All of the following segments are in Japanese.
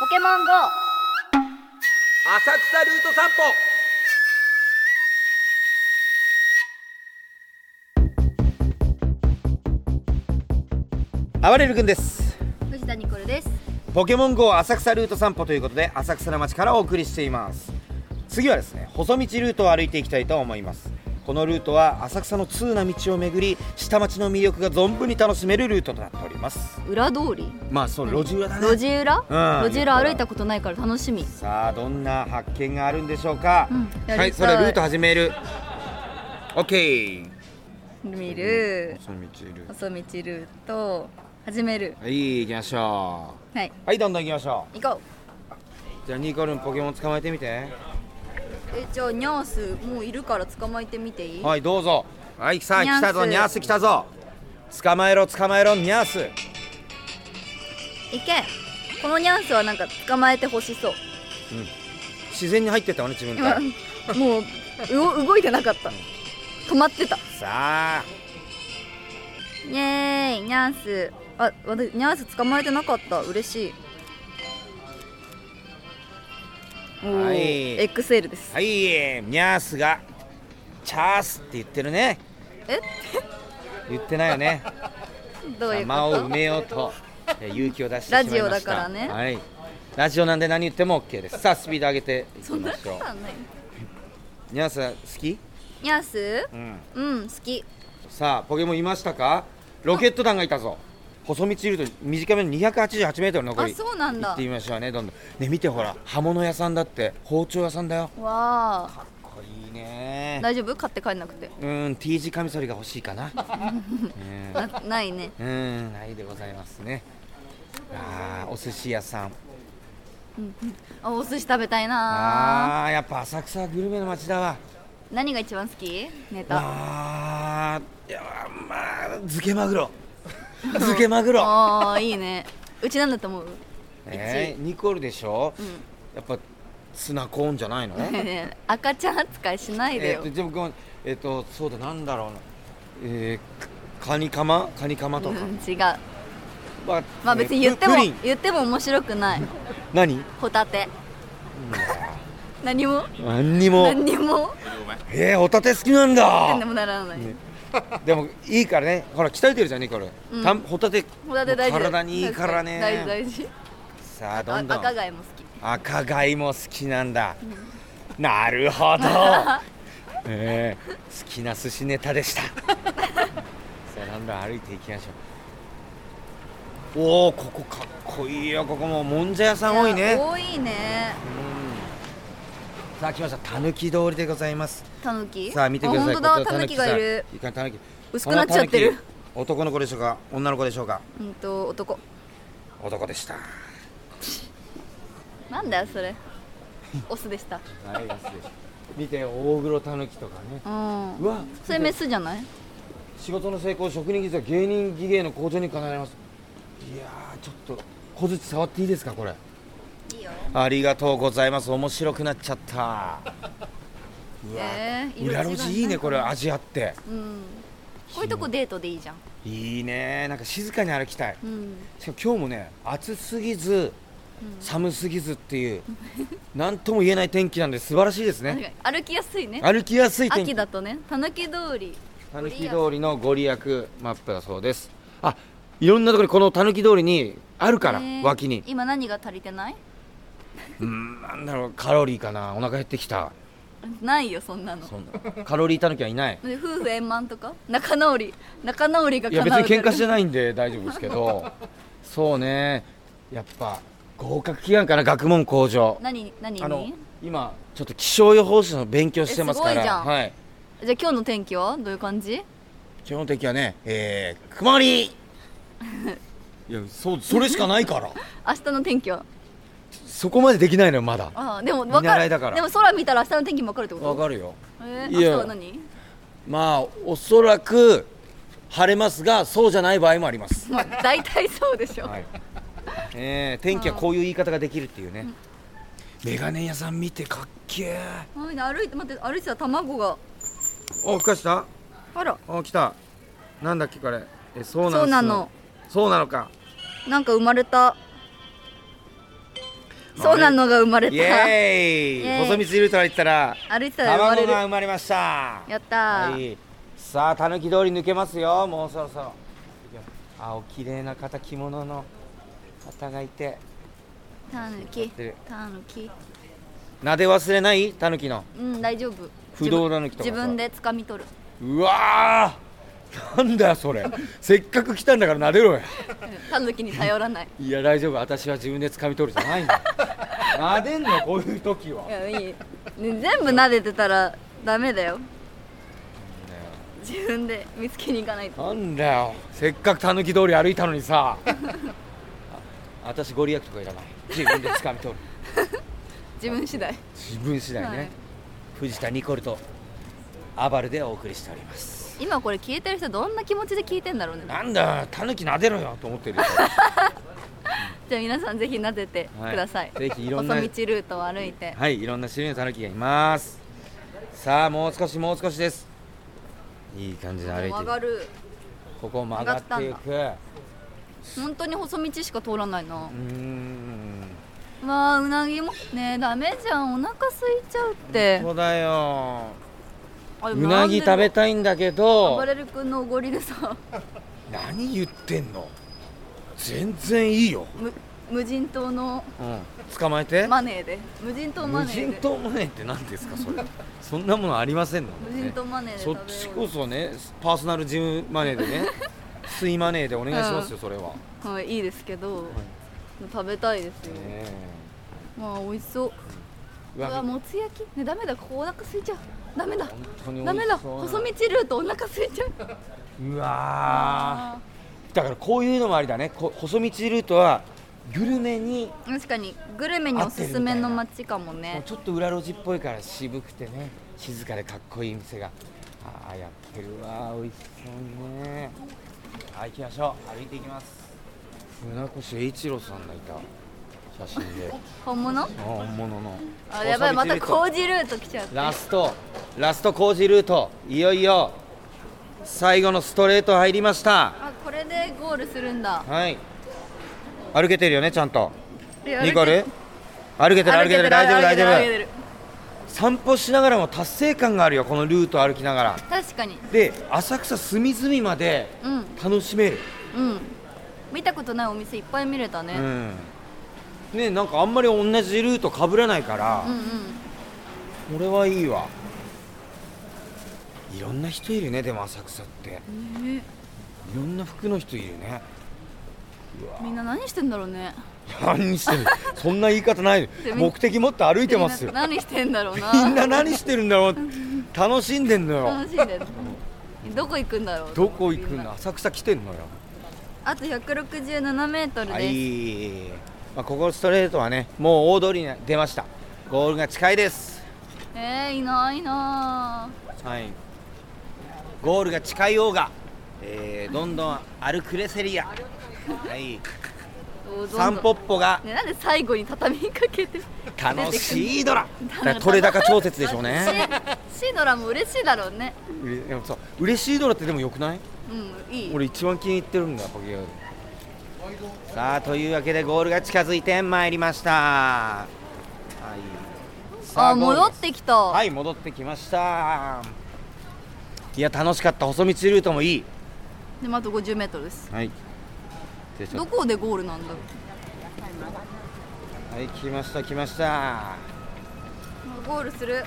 ポケモン GO 浅草ルート散歩暴れる君です藤田ニコルですポケモン GO 浅草ルート散歩ということで浅草の街からお送りしています次はですね細道ルートを歩いていきたいと思いますこのルートは浅草の通な道を巡り下町の魅力が存分に楽しめるルートとなっております裏通りまあそう路地裏だね路地裏、うん路地裏歩いたことないから楽しみさあどんな発見があるんでしょうか、うんやりたいはいそれではルート始める OK 見る細道ルー細道ルート始めるトはい行きましょはいうはいどんどん行きましょ行こうじゃあニコルンポケモン捕まえてみてうえじゃあニャースもういるから捕まえてみていいはいどうぞはいさあニャー来スたぞニャース来たぞ捕まえろ捕まえろニャースいけこのニャースはなんか捕まえてほしそう自然に入ってったわね自分から今もううお動いてなかった止まってたさあイエーイニャースあ私ニャース捕まえてなかった嬉しいおー、はい XL です、はいニャースがチャースって言ってるねえ言ってないよね どういう間を埋こめようとえ勇気を出してしまいまラしたジオだからねはいラジオなんで何言っても OK ですさあスピード上げていきとそんなまこしとょうはないニャンさん好き、ニャースうん、うん好きさあポケモンいましたかロケット弾がいたぞ細道ルート短めの288メートル残りあそうなんだ行ってみましょうねどんどんね見てほら刃物屋さんだって包丁屋さんだよわあかっこいいね大丈夫買って帰んなくてうーん T 字カミソリが欲しいかな うんなないねうーん、ないでございますね。ああ、お寿司屋さん。あお寿司食べたいなああー、やっぱ浅草はグルメの街だわ。何が一番好きネタああ、いや、まあ、漬けマ グロ。漬けマグロ。ああいいねうちなんだと思うええニコルでしょうんやっぱ、ツナコーンじゃな いの。ねえねえ赤ちゃん扱いしないでえっよと、じゃあ僕も、えっと、そうだ、なんだろうな。えー、カニカマ、カニカマうとんか。違うままああ別に言ってもプリン言っても面白くない何。ホタテ何も何にも。何にもええー、ホタテ好きなんだ何で。もならないでもいいからねほら鍛えてるじゃんねこれ、うんたん、ホタテホタテ大事だよ体にいいからね大事大事さあどあんどん赤貝も好き赤貝も好きなんだ、なるほ ど、ええ好きな寿司ネタでしたさあどんどん歩いていきましょうおおここかっこいいよここももんじゃ屋さん多いねや多いねうんさあ来ましたたぬき通りでございますタヌキさあ見てください本当だこちらタヌキがいるタヌキさんいかタヌキ薄くなっちゃってるこのタヌキ男の子でしょうか女の子で しょうかうんと男男でした。はなんだよそ れオスでしたい、見て、大黒たぬきとかね。うんうわ、それメスじゃない仕事の成功、職人技術は芸人技芸の向上に叶えます。いやー、ちょっと、小槌触っていいですか、これ。いいよありがとうございます。面白くなっちゃった。うわ、えー裏路地いいね、これ、色違い味あって。うんこういうとこデートでいいじゃんいいね、なんか静かに歩きたい。うんしかも今日もね、暑すぎず。寒すぎずっていう、なんとも言えない天気なんで、素晴らしいです確ね。かに歩きやすいね歩きやすい天気秋。だとねたぬき通りたぬき通りのご利益マップだそうですあいろんなところにこのたぬき通りにあるから、ね脇に今何が足りてないうーんなんだろうカロリーかなお腹減ってきたないよそんなのそんなカロリーたぬきはい ないで夫婦円満とか仲直り仲直りがい叶やう別に喧嘩していないんで大丈夫ですけどそうねやっぱ合格祈願かな学問向上何何あのに今ちょっと気象予報士の勉強してますかえすごいらじゃんはいじゃあ今日の天気はどういう感じ基本的はねえー、曇 りいやそうそれしかないから明日の天気は そこまでできないのよまだああでも見分か習るいだからでも空見たら明日の天気も分かるってことわかるよえー、いや明日は何まあおそらく晴れますがそうじゃない場合もあります、まあ大体そうでしょ、はいえー天気はこういう言い方ができるっていうね、メガネ屋さん見てかっけえはい、歩いて待って歩いてた卵がおふかしたあらお来たなんだっけこれえそうそうなのそうなのかなんか生まれたそうなのが生まれイた エイーエーイイ細道ルートラ行ったら歩いてたら生まれ卵るが生まれましたやったー、はい、さあたぬき通り抜けますよもうそろそろあお綺麗な方着物の方がいてタヌキでタヌキ撫で忘れないたぬきのうん大丈夫不動狸とかさ自分で掴み取るうわーなんだよそれせっかく来たんだから撫でろよタヌキに頼ら ないいや大丈夫私は自分で掴み取るじゃないんだ撫でんのこういう時はいやいい、ね全部撫でてたらダメだよ自分で見つけに行かないとなんだよせっかくたぬき通り歩いたのにさあ私ご利益とかいらない自分で掴み取る自分次第自分次第ね、はい藤田ニコルとアバルでお送りしております今これ聞いてる人どんな気持ちで聞いてんだろうねなんだタヌキ撫でろよと思ってるよじゃあ皆さんぜひ撫でてください、はいぜひいろんな細道ルートを歩いてはいいろんな種類のタヌキがいますさあもう少しもう少しですいい感じで歩いて曲いがくるここを曲がってい曲くう本当に細道しか通らないなーんわあうなぎもねえダメじゃんお腹空いちゃうってそうだよあでうもなぎ食べいたいんだけど暴れる君のおごりでさ 何言ってんの全然いいよ、無無人島のうん、捕まえて、マネーで無人島マ無ネーで人島マネーって何ですかそれそんなものありませんの無人島マネーでそ食っべようちこそねパーソナルジムマネーで ねスイマネーでお願いしますよそれは、はい、いいですけど、食べたいですよ、ねまあ美味しそうえううわわもつ焼きねダメだここお腹空いちゃうダメだ本当に美ダ味メしだそうな細道ルートお腹空いちゃううわーだからこういうのもありだねこ細道ルートはグルメに確かにグルメにおすすめの街かもねちょっと裏路地っぽいから渋くてね静かでかっこいい店がああやってるわ美味しそうねはい行きましょう歩いていきます船越英一郎さんがいた写真で 本物あ本物のあやばいまたこ工事ルート来ちゃうラストラスト工事ルートいよいよ最後のストレート入りましたあこれでゴールするんだはい歩けてるよねちゃんと ニニコル歩けてる歩けてる大丈夫大丈夫夫散歩しながらも達成感があるよこのルート歩きながら確かにで浅草隅々までうん楽しめる、うん見たことないお店いっぱい見れたね、うんねなんかあんまり同じルートかぶらないからうん、うんこれはいいわいろんな人いるねでも浅草ってねいろんな服の人いるねみんな何してんだろうね何して るそんな言い方ないでみん目的持って歩いてますよ何してんだろうなみんな何してるんだろう楽しんでんのよ楽しいねどこ行くんだろうどこ行くみんのな浅草来てんのよあと167メートルです、はい、まあ、ここストレートはねもう大通りに出ましたゴールが近いですえー、いないなはいゴールが近いようが、えー、どんどんアルクレセリア、はい、ーおーどんどん散歩っぽがね、なんで最後に畳みかけて楽しいドラ出てくるだから取れ高調節でしょうねシシードラも嬉しいだろうねうれでもそう嬉しいドラってでもよくないうんいい俺一番気に入ってるんだポケヨルさあというわけでゴールが近づいてまいりましたはいさあゴール戻ですってきた、はい戻ってきましたいや楽しかった細道ルートもいいでもあと50メートルですはいでちょどっこでゴールなんだろとはい来ました来ましたうゴールする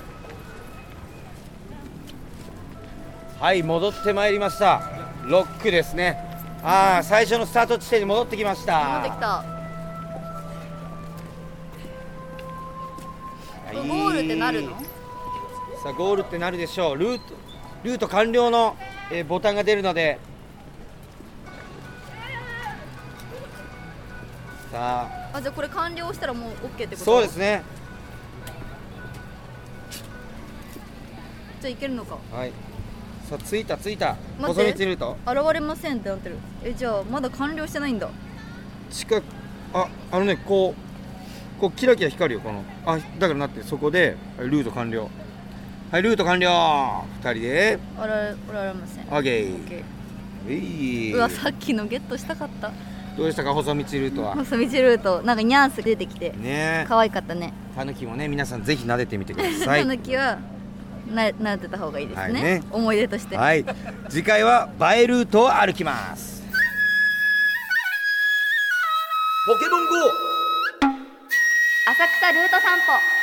はい戻ってまいりましたロックですねああ最初のスタート地点に戻ってきました戻ってきたはいゴールってなるのさあゴールってなるでしょうルートルート完了の、えーボタンが出るのでさああじゃあこれ完了したらもう OK ってことそうですねじゃあいけるのかはいさあ着いた着いた待細って道ルート現れませんってなってるえじゃあまだ完了してないんだ近くああのねこうこうキラキラ光るよこのあだからなってそこではいルート完了はいルート完了2人であら現れませんオッケー OK ういうわさっきのゲットしたかったどうでしたか細道ルートは細道ルートなんかニャンス出てきてねえ可愛かったねタヌキもね皆さんぜひ撫でてみてくださタ いヌキはな慣れてた方がいいですね,、はいね思い出として、はい次回は映えルートを歩きますポケモン GO! 浅草ルート散歩